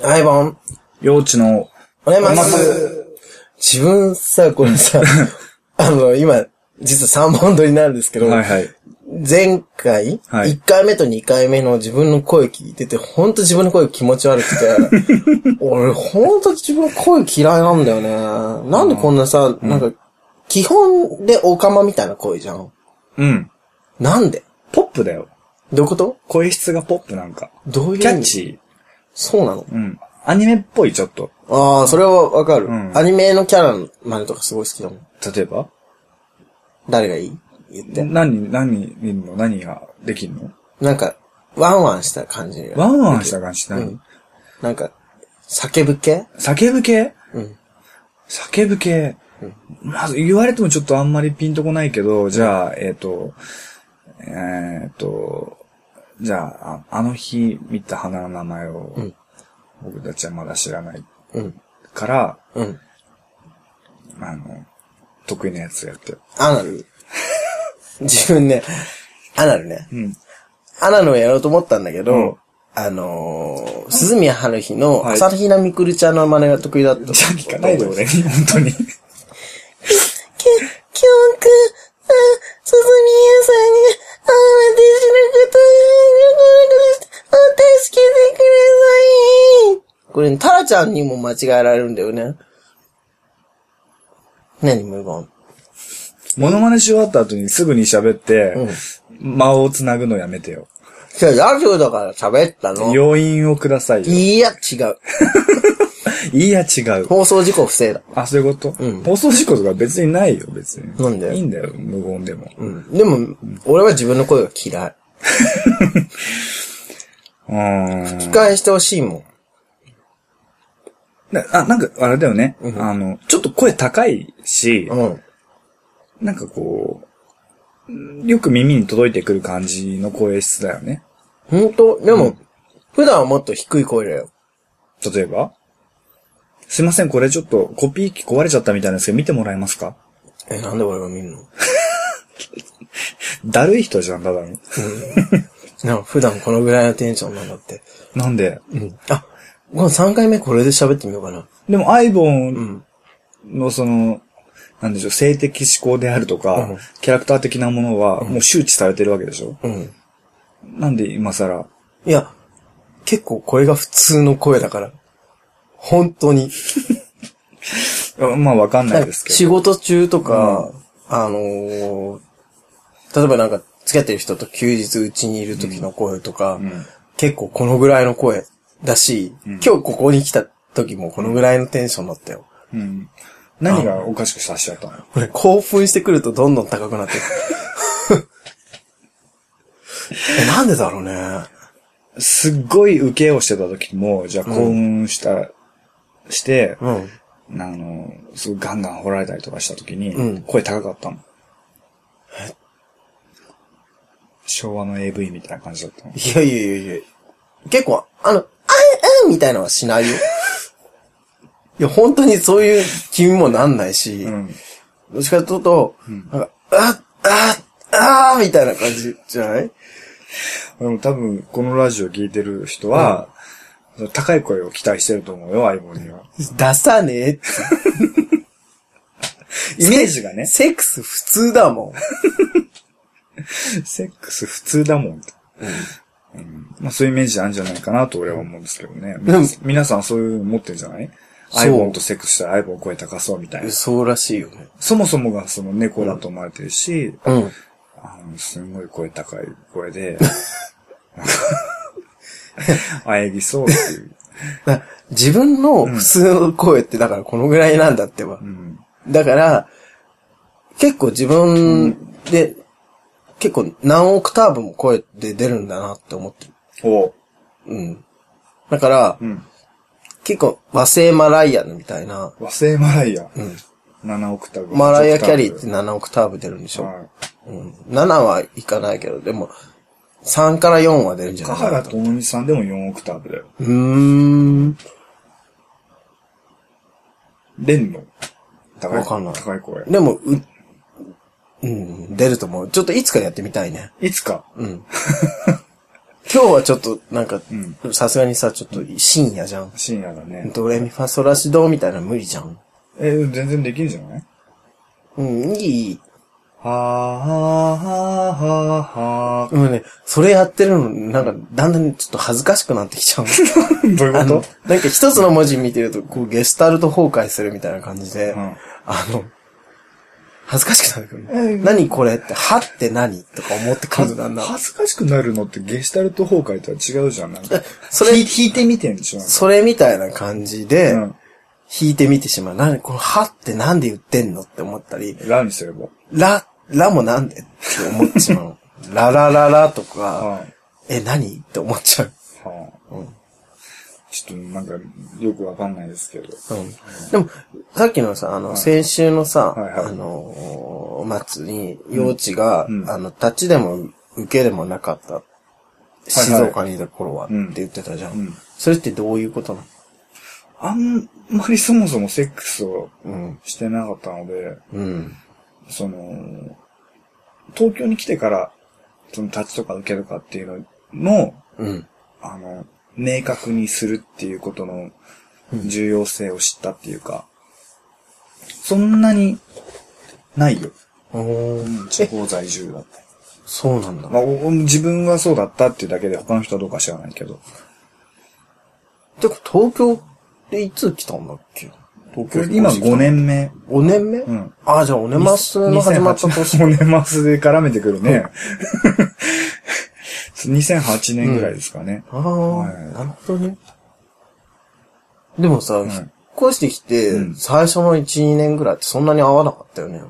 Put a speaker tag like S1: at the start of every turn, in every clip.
S1: はい、ボン。
S2: 幼稚の、
S1: お願いしま
S2: お願い
S1: す。自分さ、これさ、 あの、今、実は3本撮りなんですけど、
S2: はいはい。
S1: 前回、
S2: はい
S1: 1回目と2回目の自分の声聞いてて、ほんと自分の声気持ち悪く て、俺ほんと自分の声嫌いなんだよね。なんでこんなさ、なんか、基本でオカマみたいな声じゃん。
S2: うん。
S1: なんで
S2: ポップだよ。
S1: どういうこと
S2: 声質がポップなんか。
S1: どういう
S2: キャッチ
S1: そうなの
S2: ー。うん。アニメっぽい、ちょっと。
S1: ああ、それはわかる、
S2: ん
S1: アニメのキャラの真似とかすごい好きだもん。
S2: 例えば
S1: 誰がいい言って。
S2: 何、何見るの何ができるの
S1: なんか、ワンワンした感じが。
S2: ワンワンした感じ何、
S1: うんなんか、叫ぶ系
S2: 叫ぶ系
S1: うん。
S2: 叫ぶ系、まず言われてもちょっとあんまりピンとこないけど、じゃあ、えっ、と、えっ、と、じゃああ、あの日見た花の名前を、
S1: ん
S2: 僕たちはまだ知らない
S1: うん。
S2: から、
S1: うん。
S2: あの、得意なやつやって。
S1: アナ ル。自分ね、アナルね。
S2: ん
S1: アナルをやろうと思ったんだけど、
S2: うん
S1: あのー、鈴宮春日の
S2: はい
S1: 朝比奈みくるちゃんの真似が得意だ った。
S2: じゃあ聞かないで俺に、本当に。
S1: きゅ、きゅんくん、あ、鈴宮さんに、あ、私のこと、あ、助けてください。これ、ね、タラちゃんにも間違えられるんだよね。何、無言。
S2: モノマネし終わった後にすぐに喋って、間を繋ぐのやめてよ。
S1: じゃラジオだから喋ったの。
S2: 要因をくださいよ。
S1: いや、違う。
S2: いや、違う。
S1: 放送事故不正だ。
S2: あ、そういうこと、放送事故とか別にないよ、別に。
S1: なんで
S2: いいんだよ、無言でも。
S1: うん。でも、俺は自分の声が嫌い。
S2: うーん。
S1: 吹き返してほしいもん。
S2: なあ、なんか、あれだよね、あの、ちょっと声高いし、
S1: うん。
S2: なんかこう、よく耳に届いてくる感じの声質だよね。
S1: ほんとでも、普段はもっと低い声だよ。
S2: 例えばすいません、これちょっとコピー機壊れちゃったみたいなんですけど、見てもらえますか
S1: え、なんで俺が見るの
S2: だるい人じゃん、ただの。
S1: なんか普段このぐらいのテンションなんだって。
S2: なんで、
S1: うん。あ、この3回目これで喋ってみようかな。
S2: でも、アイボンのその、なんでしょう、性的思考であるとか、キャラクター的なものは、もう周知されてるわけでしょ、
S1: うん。
S2: なんで今更、
S1: いや、結構これが普通の声だから。本当に。
S2: あまあわかんないですけ
S1: 仕事中とか、あのー例えばなんか付き合ってる人と休日うちにいる時の声とか、結構このぐらいの声だし、今日ここに来た時もこのぐらいのテンションだったよ。
S2: ど。うん。何がおかしくさせちゃったの
S1: 俺興奮してくるとどんどん高くなってく る。えなんでだろうね。
S2: すっごい受けをしてた時も、じゃあ興奮した、して、
S1: うん。
S2: あの、すごいガンガン掘られたりとかした時に、
S1: うん
S2: 声高かったの。昭和の AV みたいな感じだったの。
S1: いやいやいやいや。結構、あの、あんあんみたいなのはしないよ。いや、本当にそういう気にもなんないし、
S2: うん。
S1: どっちかというと、なんか、あ、あ、あーみたいな感じじゃない
S2: でも多分、このラジオ聞いてる人は、高い声を期待してると思うよ、相棒には。
S1: 出さねえって。
S2: イメージがね、
S1: セックス普通だもん。
S2: セックス普通だもん。うんまあそういうイメージあるんじゃないかなと俺は思うんですけどね。皆さん皆さんそういうの持ってるんじゃない
S1: そう
S2: アイボンとセックスしたらアイボン声高そうみたいな。
S1: そうらしいよね。
S2: そもそもがその猫だと思われてるし、
S1: うん。
S2: あの、すんごい声高い声で、あえぎそうっていう。
S1: だ自分の普通の声ってだからこのぐらいなんだってば。
S2: うん。
S1: だから、結構自分で、結構何オクターブも声で出るんだなって思ってる。
S2: おう。
S1: うん。だから、
S2: うん。
S1: 結構和製マライアみたいな、
S2: 和製マライア。7オクターブ。
S1: マライア・キャリーって
S2: ね。
S1: 7オクターブ出るんでしょ、
S2: は
S1: うん、7はいかないけど、でも、3から4は出るん
S2: い。
S1: じゃな
S2: 香
S1: いかな
S2: 原
S1: と。
S2: 朋美さんでも4オクターブだよ。
S1: うーん。
S2: レンの高い
S1: わかんない
S2: 高い声。
S1: でも、う、うん、出ると思う。ちょっといつかやってみたいね。
S2: いつか。
S1: うん。今日はちょっと、なんか
S2: ん、
S1: さすがにさ、ちょっと深夜じゃん。
S2: 深夜だね。
S1: ドレミファソラシドみたいなの無理じゃん。
S2: え、全然できんじゃない
S1: うん、いい。
S2: はーはーはーは
S1: もうね、それやってるの、なんか、だんだんちょっと恥ずかしくなってき ちゃう。
S2: ー。どうい
S1: あ
S2: う
S1: の
S2: こ、
S1: なんか一つの文字見てると、こう、ゲスタルト崩壊するみたいな感じで、
S2: ん
S1: あの、恥ずかしくなるからね
S2: うん
S1: 何これって、はって何とか思ってくるんだん
S2: と
S1: だん。
S2: 恥ずかしくなるのってゲシュタルト崩壊とは違うじゃん。なんか
S1: それ
S2: ひ弾いてみてんでしょなんか
S1: それみたいな感じで、
S2: うん
S1: 弾いてみてしまう。何この、はってなんで言ってんのって思ったり、
S2: ラにすれば。
S1: ラ、ラもなんでって思ってしま う。ララララとか、
S2: は
S1: え、何って思っちゃう。
S2: あ。はあ。ちょっとなんか、よくわかんないですけど。
S1: うんでも、さっきのさ、あの、先週のさ、
S2: はいはい
S1: あのー、松に、幼稚が、
S2: うん
S1: あの、立ちでも受けでもなかった、静岡にいた頃は、って
S2: うん
S1: 言ってたじゃん。
S2: うん
S1: それってどういうことなの
S2: あんまりそもそもセックスを
S1: うん。
S2: してなかったので、
S1: うん。
S2: その、東京に来てから、その立ちとか受けとかっていうのの、
S1: うん。
S2: あの、明確にするっていうことの重要性を知ったっていうか、そんなにないよ。
S1: おー
S2: 地方在住だって。
S1: そうなんだ。
S2: まあ、お自分はそうだったっていうだけで他の人はどうか知らないけど。
S1: てか、東京っていつ来たんだっけ東京
S2: 今5。年目。
S1: 5年目
S2: ん
S1: ああ、じゃあ、オネマスの始まった年。
S2: 2008年マスで絡めてくるね。2008年ぐ らいですかね。
S1: ああ、
S2: はい
S1: なるほどね。でもさ、
S2: ん
S1: 引っ越してきて、
S2: うん
S1: 最初の1、2年ぐらいってそんなに合わなかったよね。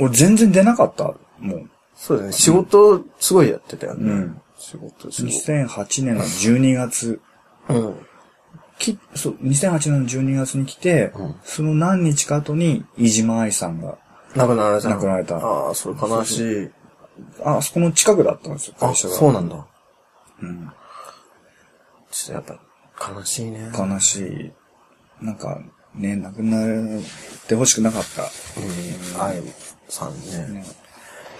S2: 俺全然出なかった。もう。
S1: そうだよね。仕事、すごいやってたよね。
S2: うん
S1: 仕事、仕事。
S2: 2008年の12月。
S1: うん。
S2: き、そう、2008年の12月に来て、
S1: うん
S2: その何日か後に、飯島愛さんが、
S1: 亡くなられたの。
S2: 亡くなられた
S1: ああ、それ悲しい。
S2: あ、あそこの近くだったんですよ、
S1: あ、
S2: 会社が。
S1: そうなんだ。
S2: うん。
S1: ちょっとやっぱ、悲しいね。
S2: 悲しい。なんか、ね、亡くなってほしくなかった。
S1: うん。愛さんね。
S2: ね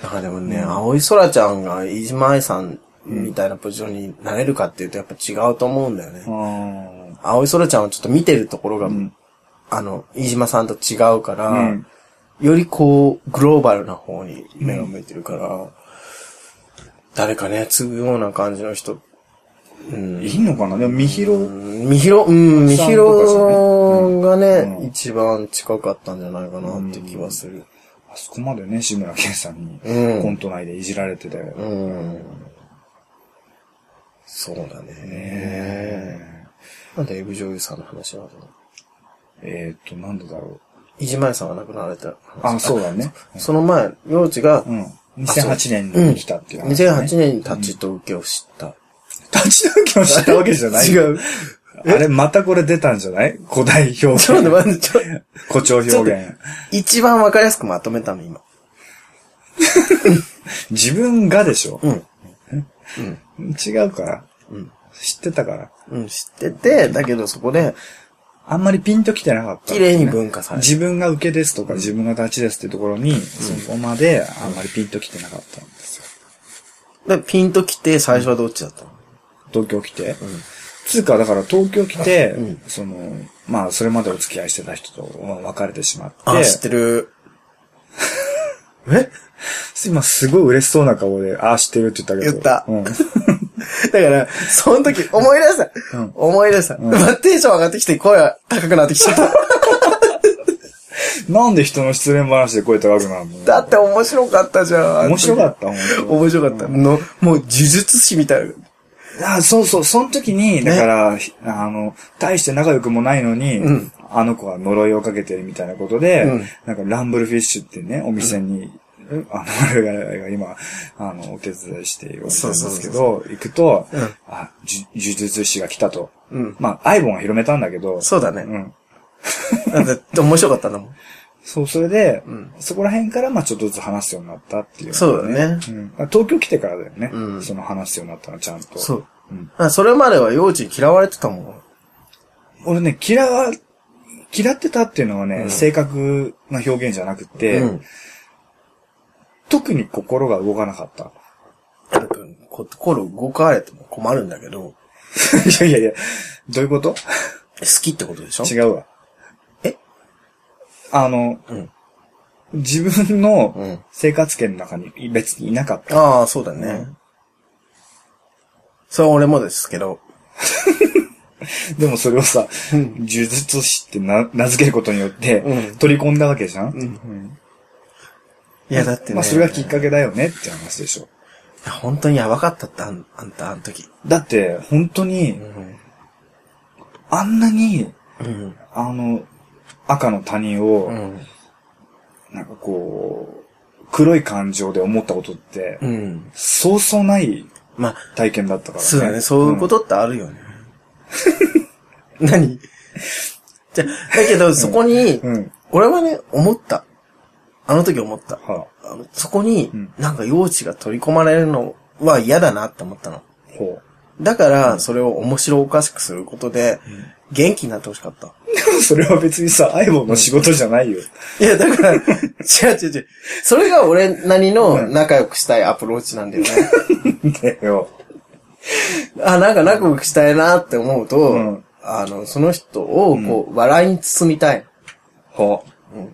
S1: なんかでもね、青い空ちゃんが飯島愛さんみたいなポジションになれるかっていうとやっぱ違うと思うんだよね。
S2: あ
S1: 青い空ちゃんはちょっと見てるところが、あの、飯島さんと違うから、
S2: うん
S1: よりこう、グローバルな方に目が向いてるから、誰かね、継ぐような感じの人、うん
S2: あ。いいのかなでも、みひろ、
S1: みひろ、うん、み
S2: さん
S1: ひ
S2: とかじゃない
S1: ろがね、
S2: うん
S1: 一番近かったんじゃないかなって気はする。
S2: あそこまでね、志村けんさんに、
S1: うん
S2: コント内でいじられてたよ。
S1: うん。そうだね。なんでエグ女優さんの話なの
S2: えーっと、なんでだろ
S1: 飯島愛さんが亡くなられた話
S2: う。あ、そうだね。
S1: その前、幼児が、
S2: うん。2008年に来たっていう話、ね。
S1: 2008年に立ちと受けを知った。
S2: 立ち退きをしたわけじゃない。
S1: 違う。
S2: あれ、またこれ出たんじゃない古代表現。
S1: ちょっと待って、ちょっと。
S2: 誇張
S1: ちょっと
S2: 表現。
S1: 一番わかりやすくまとめたの、今。
S2: 自分がでしょ、
S1: うん。
S2: 違うから。知ってたから。
S1: うん、知ってて、だけどそこで、
S2: あんまりピンときてなかった。
S1: 綺麗に分化される。
S2: 自分が受けですとか、自分が立ちですってところに、そこまであんまりピンときてなかったんですよ。
S1: で、ピンと来て、最初はどっちだったの
S2: 東京来て。つうか、だから東京来て、
S1: うん
S2: その、まあ、それまでお付き合いしてた人とまあ別れてしまって、
S1: あ、知ってる。え
S2: 今すごい嬉しそうな顔で、ああ、知ってるって言ったけど。
S1: 言った
S2: うん。
S1: だから、その時、思い出した、
S2: うん
S1: 思い出した、テンション上がってきて、声が高くなってきちゃった。
S2: なんで人の失恋話で声高くなるの
S1: だって面白かったじゃん。
S2: 面白かった、本
S1: 面白かった。の、もう呪術師みたいな。
S2: 当あそうそう、その時に、だから、あの、大して仲良くもないのに、
S1: うん
S2: あの子は呪いをかけてるみたいなことで、
S1: うん
S2: なんかランブルフィッシュっていうね、お店に、あの、我々が今、あの、お手伝いしているお店なんですけど、行くと、
S1: うん
S2: あ、じゅ呪術師が来たと。
S1: うん
S2: まあ、アイボンが広めたんだけど、
S1: そうだね。
S2: うん。
S1: だって面白かったんだもん。
S2: そう、それで、
S1: ん
S2: そこら辺から、まあ、ちょっとずつ話すようになったっていう、
S1: そうだね
S2: うん。東京来てからだよね。
S1: うん
S2: その話すようになったの、ちゃんと。
S1: そう。
S2: うん
S1: あそれまでは幼稚に嫌われてたもん。
S2: 俺ね、嫌わ、嫌ってたっていうのはね、正確な表現じゃなくて、
S1: うん
S2: 特に心が動かなかった。
S1: なんかこ心動かれても困るんだけど、
S2: いやいやいや、どうい うこと
S1: 好きってことでしょ
S2: 違うわ。
S1: え
S2: あの、
S1: うん
S2: 自分
S1: う
S2: の
S1: ん
S2: 生活圏の中に別にいなかった。
S1: ああ、そうだね。それは俺もですけど、
S2: でもそれをさ、呪術師ってな名付けることによって、
S1: うん
S2: 取り込んだわけじゃん、
S1: いやだってね、
S2: まあそれがきっかけだよねって話でしょ。
S1: いや本当にやばかったってあんあんた、あの時。
S2: だって、本当に、
S1: ん。
S2: あんなに、
S1: うん。
S2: あの、赤の他人を、
S1: うん。
S2: なんかこう、黒い感情で思ったことって、
S1: うん。
S2: そうそうない
S1: まあ、
S2: 体験だったからね。
S1: そうだね、そういうことってあるよね。何じゃ、だけど、そこに、
S2: うん。うん。
S1: 俺はね、思った。あの時思った。
S2: は
S1: あのそこに
S2: うん、
S1: なんか用地が取り込まれるのは嫌だなって思ったの。
S2: あ、ほ
S1: だから、それを面白おかしくすることで、元気になってほしかった。
S2: う。 それは別にさ、相棒の仕事じゃないよ。
S1: いや、だ から、違う違う違う。それが俺なりの仲良くしたいアプローチなんだよね。
S2: だよ。
S1: あ、なんか仲良くしたいなって思うと、
S2: うん
S1: あの、その人を、こう、笑いに包みたい。
S2: ほう。
S1: うん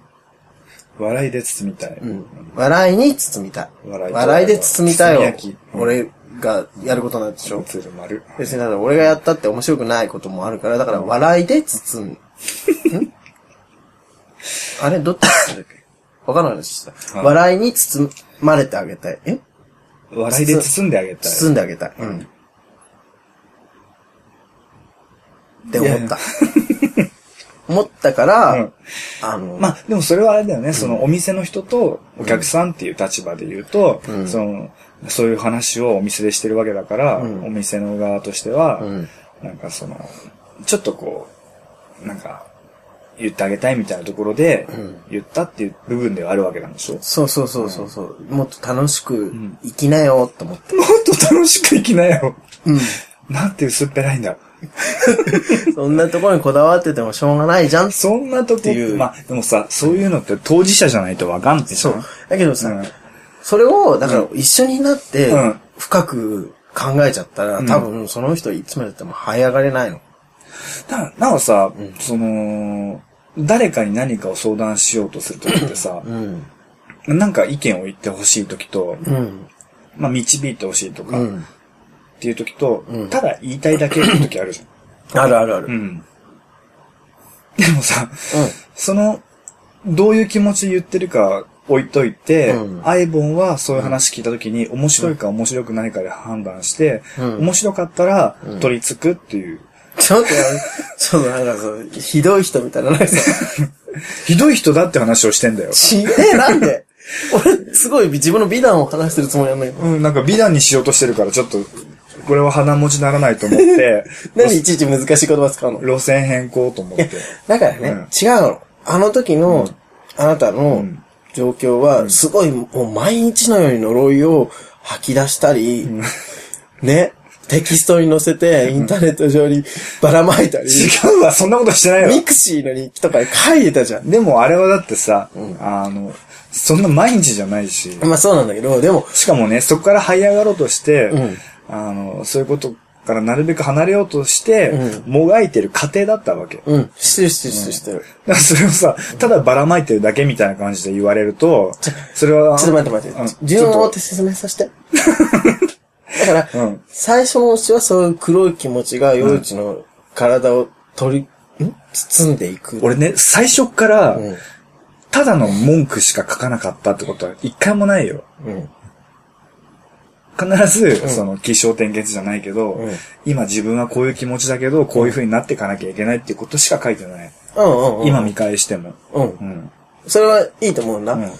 S2: 笑いで包みたい。
S1: うん。笑いに包みたい。
S2: 笑いと
S1: 笑いで包みたい
S2: 包み
S1: を
S2: 焼き、うん
S1: 俺がやることなんでしょ。
S2: つる丸。
S1: 別にだから俺がやったって面白くないこともあるから、だから笑いで包む。ん あれどっちだっけわかんない話した。
S2: はい
S1: 笑いに包まれてあげたい。え
S2: 笑いで包んであげたい。
S1: 包んであげたい。うん。って思った。 思ったから、
S2: うん
S1: あの、
S2: まあ、でもそれはあれだよね、そのお店の人とお客さんっていう立場で言うと、
S1: うん
S2: その、そういう話をお店でしてるわけだから、
S1: うん
S2: お店の側としては、
S1: うん。
S2: なんかその、ちょっとこう、なんか、言ってあげたいみたいなところで、
S1: うん
S2: 言ったっていう部分ではあるわけなんでしょもっ
S1: そうそうそうそうそう、もっと楽しく生きなよって思った。
S2: と楽しく生きなよ。
S1: うん。
S2: なんて薄っぺらいんだ。
S1: そんなところにこだわっててもしょうがないじゃんって
S2: そんなとこ
S1: っていう
S2: まあ、でもさ、そういうのって当事者じゃないとわかんないじゃん。
S1: そう。だけどさ、
S2: うん
S1: それを、だから一緒になって
S2: うん、
S1: 深く考えちゃったら、
S2: ん
S1: 多分その人いつまでたっても這い上がれないの。
S2: だなんかさ、その、誰かに何かを相談しようとするときってさ、
S1: ん。
S2: なんか意見を言ってほしいときと、
S1: うん。
S2: まあ導いてほしいと
S1: う
S2: かっ
S1: ん。
S2: ていうときと、
S1: うん
S2: ただ言いたいだけのときあるじ
S1: あるあるある。
S2: ゃ
S1: う
S2: ん。
S1: ん。
S2: ん。でもさ、その、どういう気持ち言ってるか置いといて、
S1: うん
S2: アイボンはそういう話聞いたときに、面白いか面白くないかで判断して、
S1: うん
S2: 面白かったら取り付くっていう、
S1: ちょっとやめ、ちょっとなんか そう、ひどい人みたいな、なんか さ、
S2: ひどい人だって話をしてんだよ。
S1: ちげえ、なんで俺、すごい自分の美談を話してるつもりなんだけど。
S2: うん、なんか美談にしようとしてるから、ちょっと、これは鼻持ちならないと思 って、
S1: 何いちいち難しい言葉使うの
S2: 路線変更と思って。
S1: だからね、
S2: うん
S1: 違うの。あの時の、あなたの
S2: ん
S1: 状況は、すごいもう毎日のように呪いを吐き出したり、ね、テキストに載せて、インターネット上にばらまいたり、
S2: 違うわ、そんなことしてない
S1: ミ
S2: よ。
S1: クシーの日記とかに書いてたじゃん。
S2: でもあれはだってさ、あの、そんな毎日じゃないし、
S1: まあそうなんだけど、でも、
S2: しかもね、そこから這い上がろうとして、
S1: うん
S2: あの、そういうことからなるべく離れようとして、
S1: う
S2: もがいてる過程だったわけ。だか
S1: うん、してるしてるしてるしてる。
S2: らそれをさ、ただばらまいてるだけみたいな感じで言われると、それは、
S1: ちょっと待って
S2: うん
S1: 待って。順を追っ
S2: ち
S1: て説明させて。だから、
S2: うん
S1: 最初のうちはそういう黒い気持ちが、幼稚の体を取り、ん包んでいく。
S2: ょっと俺ね、最初から、
S1: うん。
S2: ただの文句しか書かなかったってことは一回もないよ。
S1: うん。
S2: 必ず、その、気象点結じゃないけど、
S1: うん
S2: 今自分はこういう気持ちだけど、こういう風になっていかなきゃいけないっていうことしか書いてない。
S1: うんうん。
S2: 今見。返しても。
S1: う。
S2: うんん。
S1: それはいいと思うな。
S2: うん。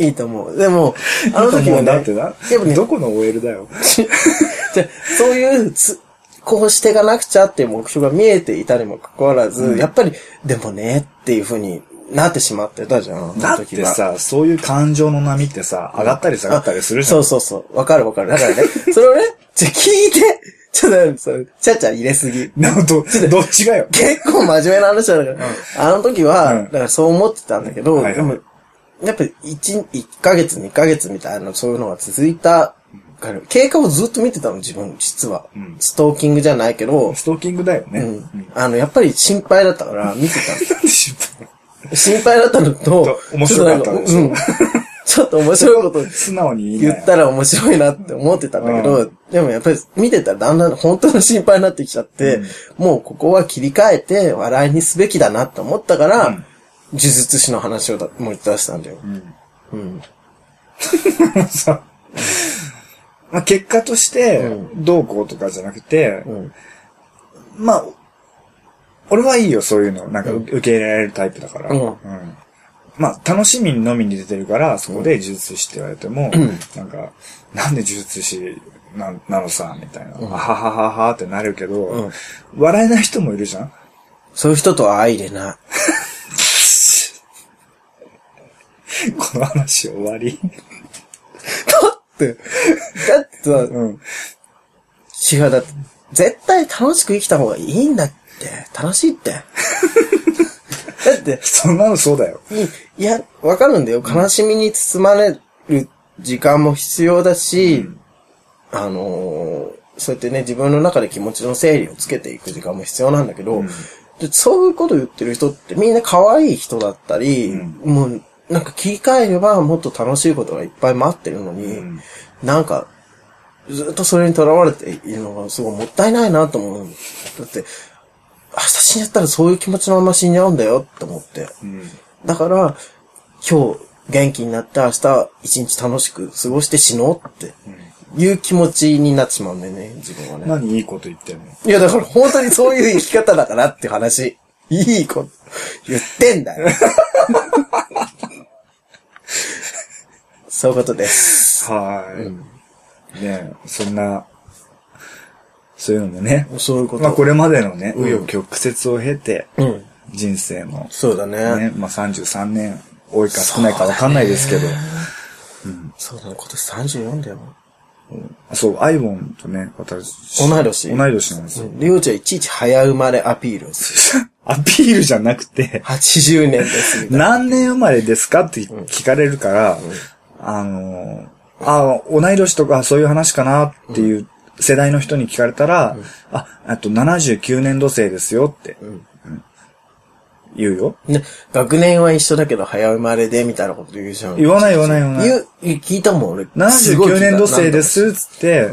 S1: いいと思う。でも、あの時
S2: も
S1: は
S2: う
S1: ね、
S2: だってな、
S1: でもね、
S2: どこの OL だよ。
S1: じゃそういうつ、こうしていかなくちゃっていう目標が見えていたにもかかわらず、やっぱり、でもね、っていうふうになってしまってたじゃん。あの時は
S2: だって、さ、そういう感情の波ってさ、上がったり下がったりするじゃ
S1: そ
S2: ん。
S1: うそうそう。わかるわかる。だからね、それをね、 ちょ、聞いて、ちょっとなんかそれ、ちゃちゃ入れすぎ。
S2: なるほど、どっちがよ。
S1: 結構真面目な話なんだけど、あの時は、
S2: うん
S1: だからそう思ってたんだけど、
S2: はいはい
S1: でも、やっぱり1、一ヶ月、2ヶ月みたいな、そういうのが続いたかる。経過をずっと見てたの、自分、実は。
S2: ん
S1: ストーキングじゃないけど、
S2: ストーキングだよね。
S1: う
S2: うん
S1: ん。あの、やっぱり心配だったから、見てた
S2: なんで心配
S1: の。心配だったのと、
S2: 面白かったんです
S1: ち
S2: よ
S1: ょっとなんかうん。ちょっと面白いこと
S2: 素直に言
S1: 言
S2: いな
S1: っ
S2: よ
S1: たら面白いなって思ってたんだけど、でもやっぱり見てたらだんだん本当の心配になってきちゃって、もうここは切り替えて笑いにすべきだなって思ったから、
S2: うん
S1: 呪術師の話をだ思い出したんだよ。うん。
S2: さ、まあ、結果として、どうこうとかじゃなくて、
S1: ん
S2: まあ、俺はいいよ、そういうの。なんか、受け入れられるタイプだから。
S1: うん
S2: んまあ、楽しみにのみに出てるから、そこで呪術師って言われても、なんか、なんで呪術師ななのさ、みたいな。あははははってなるけど、
S1: うん
S2: 笑えない人もいるじゃん
S1: そういう人とは相入れない。
S2: この話終わり。
S1: って、だってさ、
S2: うん。
S1: 違う、だって、絶対楽しく生きた方がいいんだって。楽しいって。だって、
S2: そんなのそうだよ。
S1: いや、わかるんだよ。悲しみに包まれる時間も必要だし、あのーそうやってね、自分の中で気持ちの整理をつけていく時間も必要なんだけど、でそういうこと言ってる人ってみんな可愛い人だったり、もう、なんか切り替えればもっと楽しいことがいっぱい待ってるのに、
S2: ん
S1: なんか、ずっとそれにとらわれているのがすごいもったいないなと思う。だって、明日死んじゃったらそういう気持ちのまま死んじゃうんだよって思って。だから、今日元気になって明日一日楽しく過ごして死のうっていう気持ちになってしまうんだよね、自分はね。
S2: 何いいこと言ってんの
S1: いや、だから本当にそういう生き方だからっていう話。いいこと言ってんだ よ。そういうことです。
S2: はい、ねえそんな、そういうのもね。
S1: そういうこと。
S2: まあこれまでのね、
S1: ん
S2: 紆余曲折を経て、
S1: うん。
S2: 人生の、
S1: そうだね。
S2: ね、まあ33年多いか少ないかわかんないですけど、
S1: そうだね。今年34だよ。
S2: そう、アイボンとね、私、
S1: 同い年
S2: 同い年なんですよ。
S1: りょうちゃんいちいち早生まれアピールをする。
S2: アピールじゃなくて、
S1: 80年です。みたいな
S2: 何年生まれですかって聞かれるから、あの、あ、同い年とかそういう話かなっていう世代の人に聞かれたら、あ、あと79年度生ですよって、うん言うよ。
S1: ね、学年は一緒だけど早生まれでみたいなこと言うじゃん。
S2: 言わない言わない言わない
S1: 言う、言う聞いたもん俺。すごい聞
S2: 79
S1: いた
S2: 年度生で。すっつって、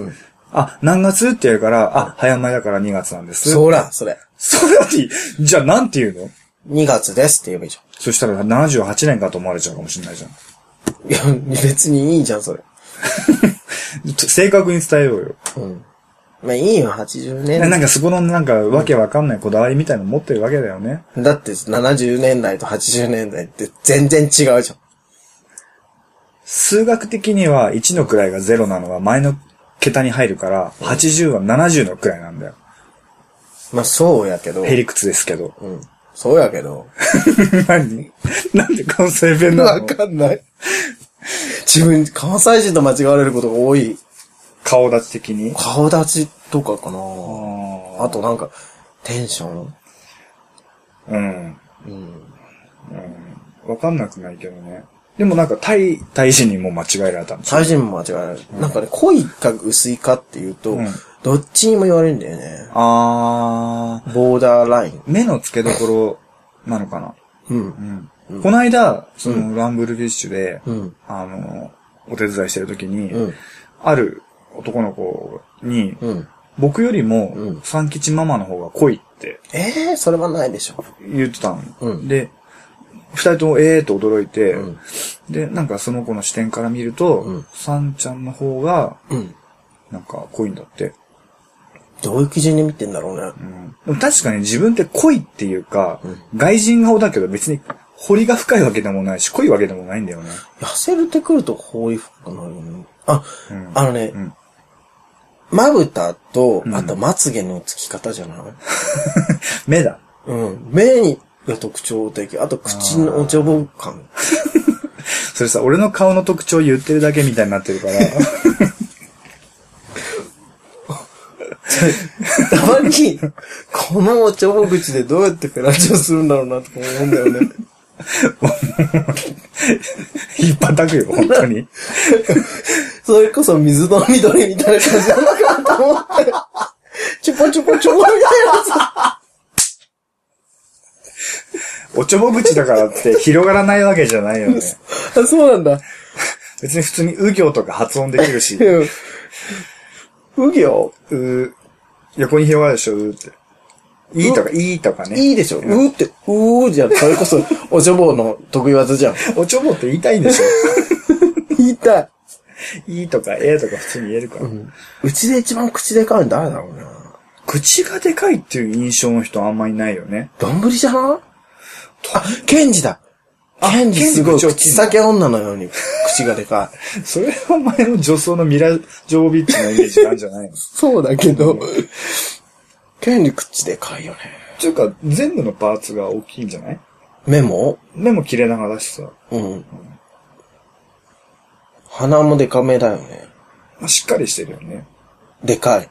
S2: あ、何月って言うから、あ、早前だから2月なんです。
S1: そうら、それ。
S2: それって、じゃあなんて言うの
S1: 2月ですって言えばいいじ
S2: そしたら78年かと思われちゃうかもしれないじゃん。
S1: ゃん。いや、別にいいじゃん、それ。
S2: 正確に伝えようよ。
S1: まあいいよ、80
S2: なな
S1: 年。
S2: んかそこのなんかわけわかんないこだわりみたいの持ってるわけだよね。
S1: だって70年代と80年代って全然違うじゃん。
S2: 数学的には1の位が0なのは前の桁に入るから、80は70の位なんだよ。
S1: まあそうやけど。
S2: へりくつですけど。
S1: うん。そうやけど。
S2: 何なんで関西弁 な
S1: わ
S2: の
S1: かんない。自分、関西人と間違われることが多い。
S2: 顔立ち的に。
S1: 顔立ちとかかな
S2: あ
S1: あとなんか、テンション
S2: ーうん。わかんなくないけどね。でもなんか、タイ、タイ人にも間違えられたんですよ。
S1: 最初にも間違えられる。なんかね、濃いか薄いかっていうと、
S2: うん
S1: どっちにも言われるんだよね。
S2: あー、
S1: ボーダーライン。
S2: 目の付けどころなのかな。
S1: うん。
S2: うん。この間、その、ランブルフィッシュで、
S1: うん
S2: あの、お手伝いしてる時に、
S1: うん
S2: ある男の子に、
S1: うん。
S2: 僕よりも
S1: うん、
S2: 三吉ママの方が濃いって
S1: ええー、それはないでしょ。
S2: 言ってたの。
S1: うん
S2: で、二人ともええーと驚いて、
S1: うん
S2: で、なんかその子の視点から見ると、
S1: うん
S2: さんちゃんの方が、
S1: うん。
S2: なんか濃いんだって。
S1: どういう基準で見てんだろう
S2: う
S1: ね。
S2: ん、でも確かに自分って濃いっていうか、
S1: うん
S2: 外人顔だけど別に彫りが深いわけでもないし、濃いわけでもないんだよね。
S1: 痩せるってくるとこういう服になるよね。あ、
S2: うん
S1: あのね
S2: うん、
S1: まぶたと
S2: う、ん
S1: あとまつげのつき方じゃない、
S2: 目だ。
S1: うん。目にが特徴的。あと、口のおちょぼ感。
S2: それさ、俺の顔の特徴言ってるだけみたいになってるから、
S1: たまに、このおちょぼ口でどうやってペラチオするんだろうなとか思うんだよね。
S2: 引っ張たくよ、本当に。
S1: それこそ水の緑みたいな感じなのかなと思って。チュポチュポチュポみたいなや
S2: おちょぼ口だからって広がらないわけじゃないよね。
S1: つ。あ、そうなんだ。
S2: 別に普通にう行とか発音できるし、う
S1: うん。うぎょ
S2: ー、横に広がるでしょ、うーって。いいとか、いいとかね。
S1: いいでしょ。うーって、うーじゃん。それこそ、おちょぼの得意技じゃん。
S2: おちょぼって言いたいん でしょ。
S1: 言いたい。
S2: いいとか、ええとか普通に言えるから。
S1: うちで一番口でかいの誰だろうな。
S2: 口がでかいっていう印象の人あんまいないよね。
S1: どんぶりじゃないあ、ケンジだ。ケンジすごい。
S2: ケンジ口大きい
S1: 口先女のように口がでかい。
S2: それは前の女装のミラ・ジョービッチのイメージなんじゃない のっ
S1: そうだけど、ケンジ口でかいよね。
S2: ていうか、全部のパーツが大きいんじゃない
S1: 目も
S2: 目も切れ長だしさ。
S1: うん。鼻もでかめだよね。
S2: まあ、しっかりしてるよね。
S1: でかい。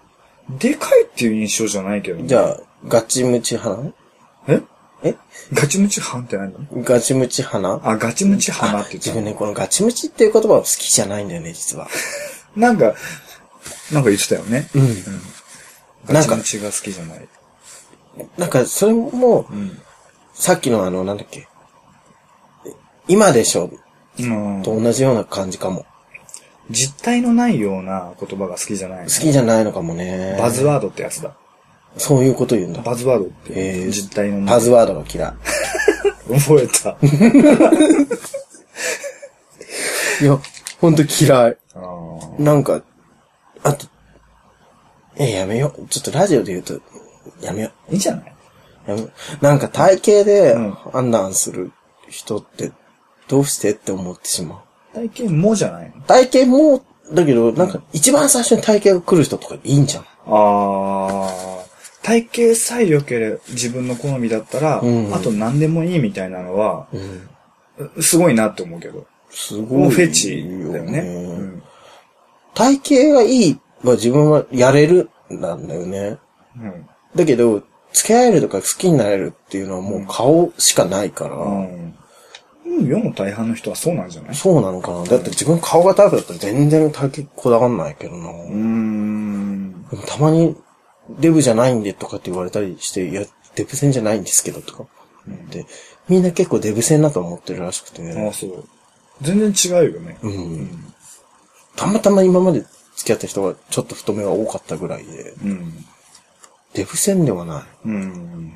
S2: でかいっていう印象じゃないけど、ね。
S1: じゃあ、ガチムチ鼻
S2: え
S1: え
S2: ガチムチハンって何
S1: ガチムチ鼻
S2: あ、ガチムチハマって
S1: 自
S2: 言っ
S1: 分
S2: て
S1: ね、このガチムチっていう言葉は好きじゃないんだよね、実は。
S2: た。なんか、なんか言ってたよね。
S1: うん。
S2: ガチムチが好きじゃない。
S1: なんか、それも、
S2: ん
S1: さっきのあの、なんだっけ。今でしょ
S2: うん。
S1: と同じような感じかも。
S2: 実体のないような言葉が好きじゃない。
S1: 好きじゃないのかもね。
S2: バズワードってやつだ。
S1: そういうこと言うんだ。
S2: バズワードっ
S1: え
S2: て
S1: ー
S2: 実体のない。
S1: パズワードが嫌い。
S2: 覚えた。
S1: いや、ほんと嫌い。
S2: あー
S1: なんか、あと、え、やめよう。ちょっとラジオで言うと、やめよ。
S2: いいんじゃないう
S1: やめようなんか体型で
S2: うん
S1: 判断する人って、どうしてって思ってしまう。
S2: 体験もじゃない
S1: 体型も、だけど、なんか、一番最初に体型が来る人とかいいんじゃん。
S2: のあー体型さえ良ければ自分の好みだったら、
S1: うん
S2: あと何でもいいみたいなのは、
S1: うん。
S2: すごいなって思うけど。
S1: すご
S2: も
S1: い。
S2: うフェチだよね。うん
S1: 体型がいいは自分はやれるなんだよね。
S2: うん。
S1: だけど、付き合えるとか好きになれるっていうのはもう顔しかないから、
S2: うん。うん世の大半の人はそうなんじゃない
S1: そうなのかな。だって自分顔がタイプだったら全然体型こだわんないけどな。
S2: うーん。
S1: でもたまに、デブじゃないんでとかって言われたりして、いや、デブ戦じゃないんですけどとか。で、みんな結構デブ戦だと思ってるらしくて
S2: あ
S1: ね
S2: あ、。そう。全然違うよね。
S1: うん。たまたま今まで付き合った人がちょっと太めが多かったぐらいで、
S2: うん。
S1: デブ戦ではない。
S2: うん。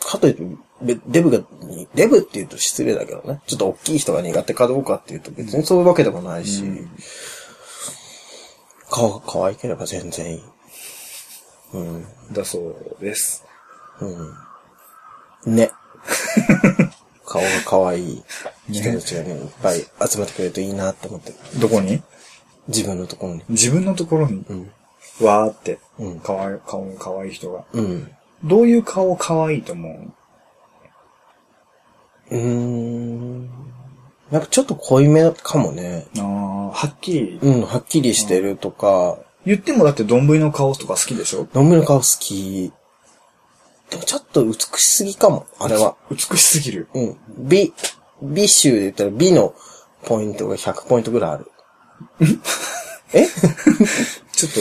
S1: かといって、べデブが、デブって言うと失礼だけどね。ちょっと大きい人が苦手かどうかっていうと別にそういうわけでもないし、顔が可愛ければ全然いい。うん。
S2: だそうです。
S1: ね。顔が可愛い人たちがね、いっぱい集まってくれるといいなって思ってる。
S2: どこに
S1: 自分のところに。
S2: 自分のところに、わーって、かわい顔の可愛い人が。
S1: うん。
S2: どういう顔可愛いと思う
S1: うーん。なんかちょっと濃いめかもね。
S2: ああ、はっきり。
S1: うん、はっきりしてるとか、
S2: 言ってもだってどんぶりの顔とか好きでしょ
S1: のんびりの顔好き。でもちょっと美しすぎかも、あれは。
S2: 美しすぎる。
S1: うん。美、美集で言ったら美のポイントが100ポイントぐらいある。え
S2: ちょっ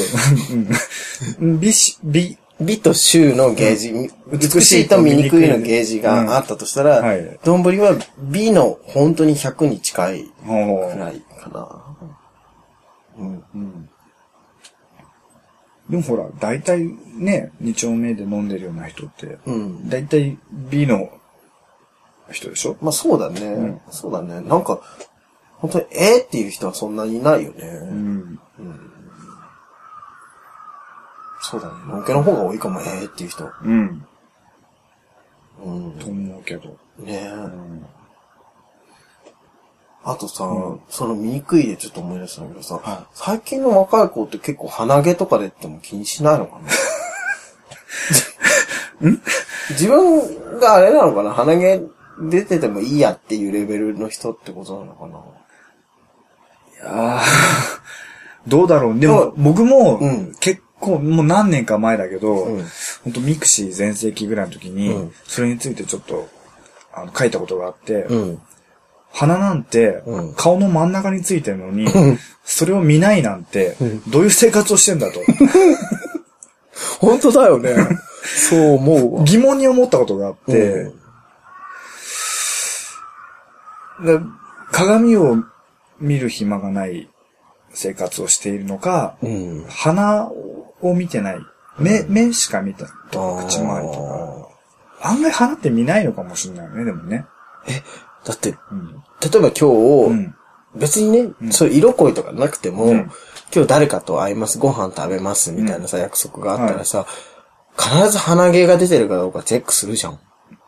S2: と、うん。美し、美、
S1: 美と衆のゲージ、
S2: ん
S1: 美しいと醜いのゲージがあったとしたら、
S2: うんはい
S1: どんぶりは美の本当に100に近い
S2: ほ
S1: く
S2: う
S1: らいかな。
S2: でもほら、大体ね、二丁目で飲んでるような人って、
S1: うん。
S2: 大体美の人でしょ
S1: まあそうだね。
S2: ん
S1: そうだね。なんか、本当に、えーっていう人はそんなにいないよね。
S2: うん。
S1: そうだね。のんけの方が多いかも、えーっていう人。
S2: うん。
S1: うん。
S2: と思うけど。
S1: ねえ。
S2: ん
S1: あとさ、その醜いでちょっと思い出したんだけどさ、最近の若い子って結構鼻毛とかでっても気にしない のかな自分があれなのかな鼻毛出ててもいいやっていうレベルの人ってことなのかない
S2: やーどうだろう。でも、僕も
S1: うん、
S2: 結構、もう何年か前だけど、
S1: うん
S2: ほんとミクシー全盛期ぐらいの時に、
S1: うん
S2: それについてちょっと、あの、書いたことがあって、
S1: うん。
S2: 鼻なんて
S1: うん、
S2: 顔の真ん中についてるのに、それを見ないなんて、どういう生活をして んだと、
S1: 本当だよ ね。そう思うわ。
S2: 疑問に思ったことがあって
S1: う、
S2: だ鏡を見る暇がない生活をしているのか、
S1: うん。
S2: 鼻を見てない。目、目しか見てない。とか口周りとか。案外鼻って見ないのかもしれないよね、でもね。
S1: だって、例
S2: うん。
S1: えば今日、
S2: うん。
S1: 別にね、そういう色恋とかなくても、
S2: うん
S1: 今日誰かと会います、ご飯食べます、みたいなさ、約束があったらさ、必ず鼻毛が出てるかどうかチェックするじゃん。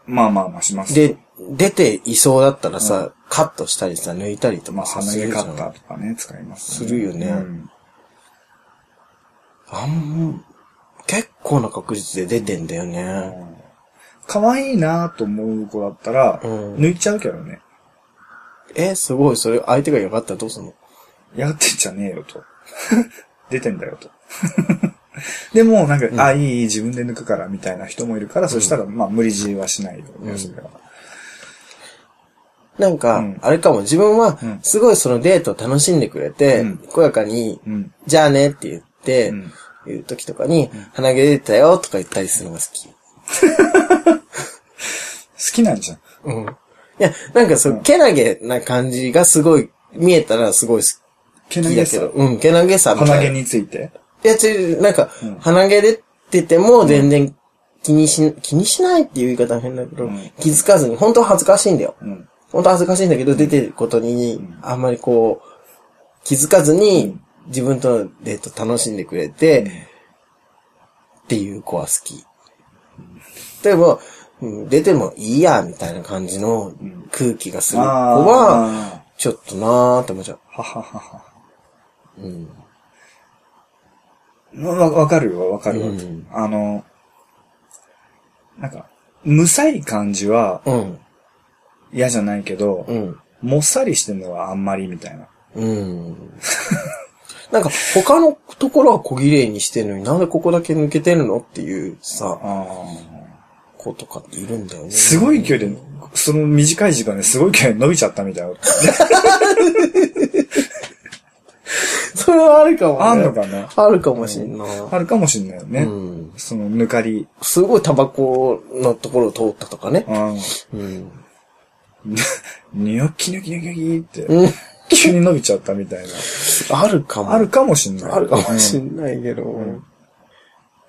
S2: まあまあまあします。
S1: で、出ていそうだったらさ、カットしたりさ、抜いたりと
S2: まあ
S1: かさ、
S2: 鼻
S1: す
S2: 毛
S1: るじ
S2: カ
S1: ゃ
S2: ッター
S1: ん。
S2: とかね、使います、
S1: するよね
S2: うん
S1: あん、結構な確率で出てんだよね。
S2: 可愛いなと思う子だったら、
S1: うん
S2: 抜いちゃうけどね。
S1: え、すごい、それ相手が嫌がったらどうすんの
S2: やってんじゃねえよと。 出てんだよと。 でも、なんか、あ、いい、いい、自分で抜くから、みたいな人もいるから、そしたら、まあ、無理強いはしないよね、それは。
S1: なんか、
S2: うん
S1: あれかも、自分は
S2: ん、
S1: すごいそのデートを楽しんでくれて、
S2: うん
S1: こやかに、
S2: うん。
S1: じゃあねって言って、
S2: うん
S1: 言う時とかに、鼻毛出てたよとか言ったりするのが好き。
S2: 好きなんじゃん。
S1: うん。いや、なんかそう、けなげな感じがすごい、見えたらすごい好
S2: けな
S1: き
S2: げ
S1: だけど、
S2: さ。
S1: うん、けなげさみたいな。
S2: 鼻毛について。
S1: いや、違う、なんか、鼻毛出てても全然気にし、気にしないっていう言い方は変だけど、
S2: ん
S1: 気づかずに、本当は恥ずかしいんだよ。
S2: うん。
S1: 本当は恥ずかしいんだけど、出てることに、あんまりこう、気づかずに、自分とのデート楽しんでくれて、っていう子は好き。例えば、うん出てもいいや、みたいな感じの空気がする子は、
S2: あ
S1: ちょっとなーって思っちゃう。
S2: あ。はははは。
S1: うん。
S2: わ、 わわかるよ、わかるわ、
S1: うん
S2: あの、なんか、むさい感じは
S1: うん。
S2: 嫌じゃないけど、
S1: うん。
S2: もっさりしてるのはあんまりみたいな。
S1: うん。なんか、他のところは小綺麗にしてるのになんでここだけ抜けてるのっていうさ、
S2: あ
S1: 子とかっているんだよね。
S2: すごい勢いで、その短い時間ですごい勢いで伸びちゃったみたいな。
S1: それはあるかもね。
S2: あんのかな
S1: あるかもしんない。
S2: あるかもしんないよね。
S1: うん
S2: その、ぬかり。
S1: すごいタバコのところを通ったとかね。
S2: あ
S1: うん。
S2: ニョキニョキニョキニョキって、
S1: うん
S2: 急に伸びちゃったみたいな。
S1: あるかも。
S2: あるかもしんない。
S1: あるかもしんないけど。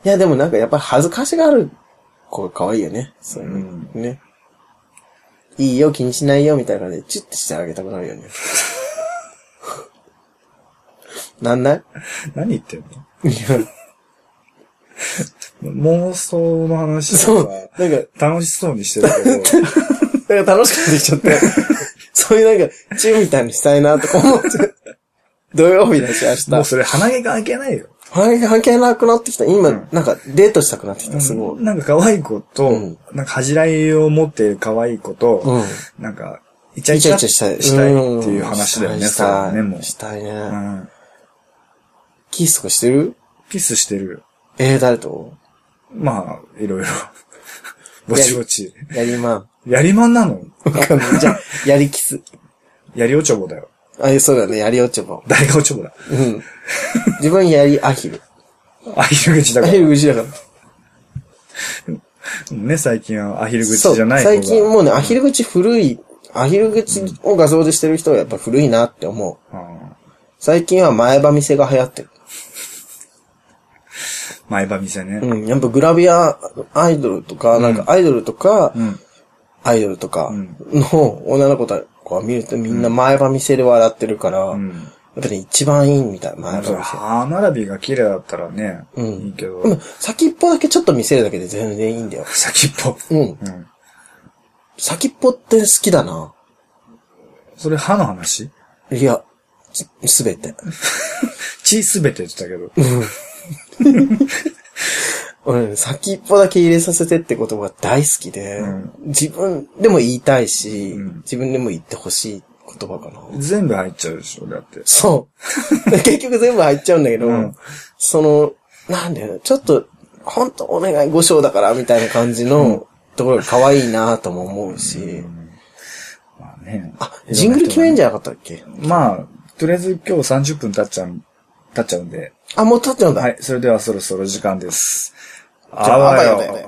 S1: いや、でもなんかやっぱり恥ずかしがる子が可愛いよね。そういうのね。いいよ、気にしないよ、みたいな感じで、チュッてしてあげたくなるよ ね。なんない
S2: うん何言ってんの妄想の話
S1: そ
S2: と
S1: う。
S2: か、
S1: なんか、
S2: 楽しそうにしてる けど、
S1: なんか楽しくなってきちゃって。 そういうなんか、チューみたいにしたいな、とか思 って。土曜日だし、明日。
S2: もうそれ鼻毛関係ないよ。
S1: 鼻毛関係なくなってきた。今、なんかデートしたくなってきた、すごい。
S2: なんか可愛い子と、
S1: うん
S2: なんか恥じらいを持っている可愛い子と、
S1: う
S2: なんか、イチャイ
S1: イ
S2: チ
S1: チ
S2: ャ
S1: ャ
S2: イ
S1: イ
S2: チ
S1: チ
S2: ャ
S1: ャ
S2: し
S1: したた
S2: い
S1: い。
S2: っていう話だよね、
S1: し
S2: それは
S1: た
S2: ね、
S1: い。
S2: もう。
S1: したいうね。
S2: ん。
S1: キスとかしてる
S2: キスしてる。
S1: えー、誰と
S2: まあ、いろいろ。ぼちぼち。
S1: やりま ん。
S2: やりまんなの
S1: わかんない。じゃあ、やりキス。
S2: やりおちょぼだよ。
S1: あ、そうだね、やりおちょぼ。
S2: 誰がおちょぼだ。
S1: うん。自分やりアヒ ル。
S2: アヒル口だ
S1: ア
S2: か
S1: ヒ
S2: ら。
S1: ル口だから。
S2: ね、最近はアヒル
S1: そ
S2: 口
S1: う。
S2: じゃない方
S1: 最
S2: が。
S1: 近もうね、アヒル口古い、アヒル口を画像でしてる人はやっぱ古いなって思う。
S2: うん
S1: 最近は前歯見せが流行ってる。
S2: 前歯見せね。
S1: うん。やっぱグラビアアイドルとか、なんかアイドルとか、アイドルとかの女の子たちは見るとみんな前歯見せで笑ってるから、
S2: ん
S1: やっぱり一番いいみたいな、前歯
S2: そう
S1: 見せ。
S2: 歯並びが綺麗だったらね、
S1: ん
S2: いいけど、
S1: うん先っぽだけちょっと見せるだけで全然いいんだよ。
S2: 先っぽ。
S1: うん。
S2: うん。
S1: 先っぽって好きだな。
S2: それ歯の話
S1: いや、すべて。
S2: 血すべてって言ってたけど。
S1: 俺、先っぽだけ入れさせてってことが大好きで、自分でも言いたいし、自分でも言ってほしい言葉かな。
S2: 全部入っちゃうでしょ、だって。
S1: そう。で結局全部入っちゃうんだけど、
S2: うん
S1: その、なんだよ、ちょっと、ほんとお願い5章だからみたいな感じのところが可愛いなとも思うし、
S2: まあね。
S1: あ、ジングル決めんじゃなかったっけ
S2: まあ、とりあえず今日30分経っちゃう、経っちゃうんで。
S1: あ、もう経っちゃうんだ。
S2: はい、それではそろそろ時間です。
S1: じゃああばよだよね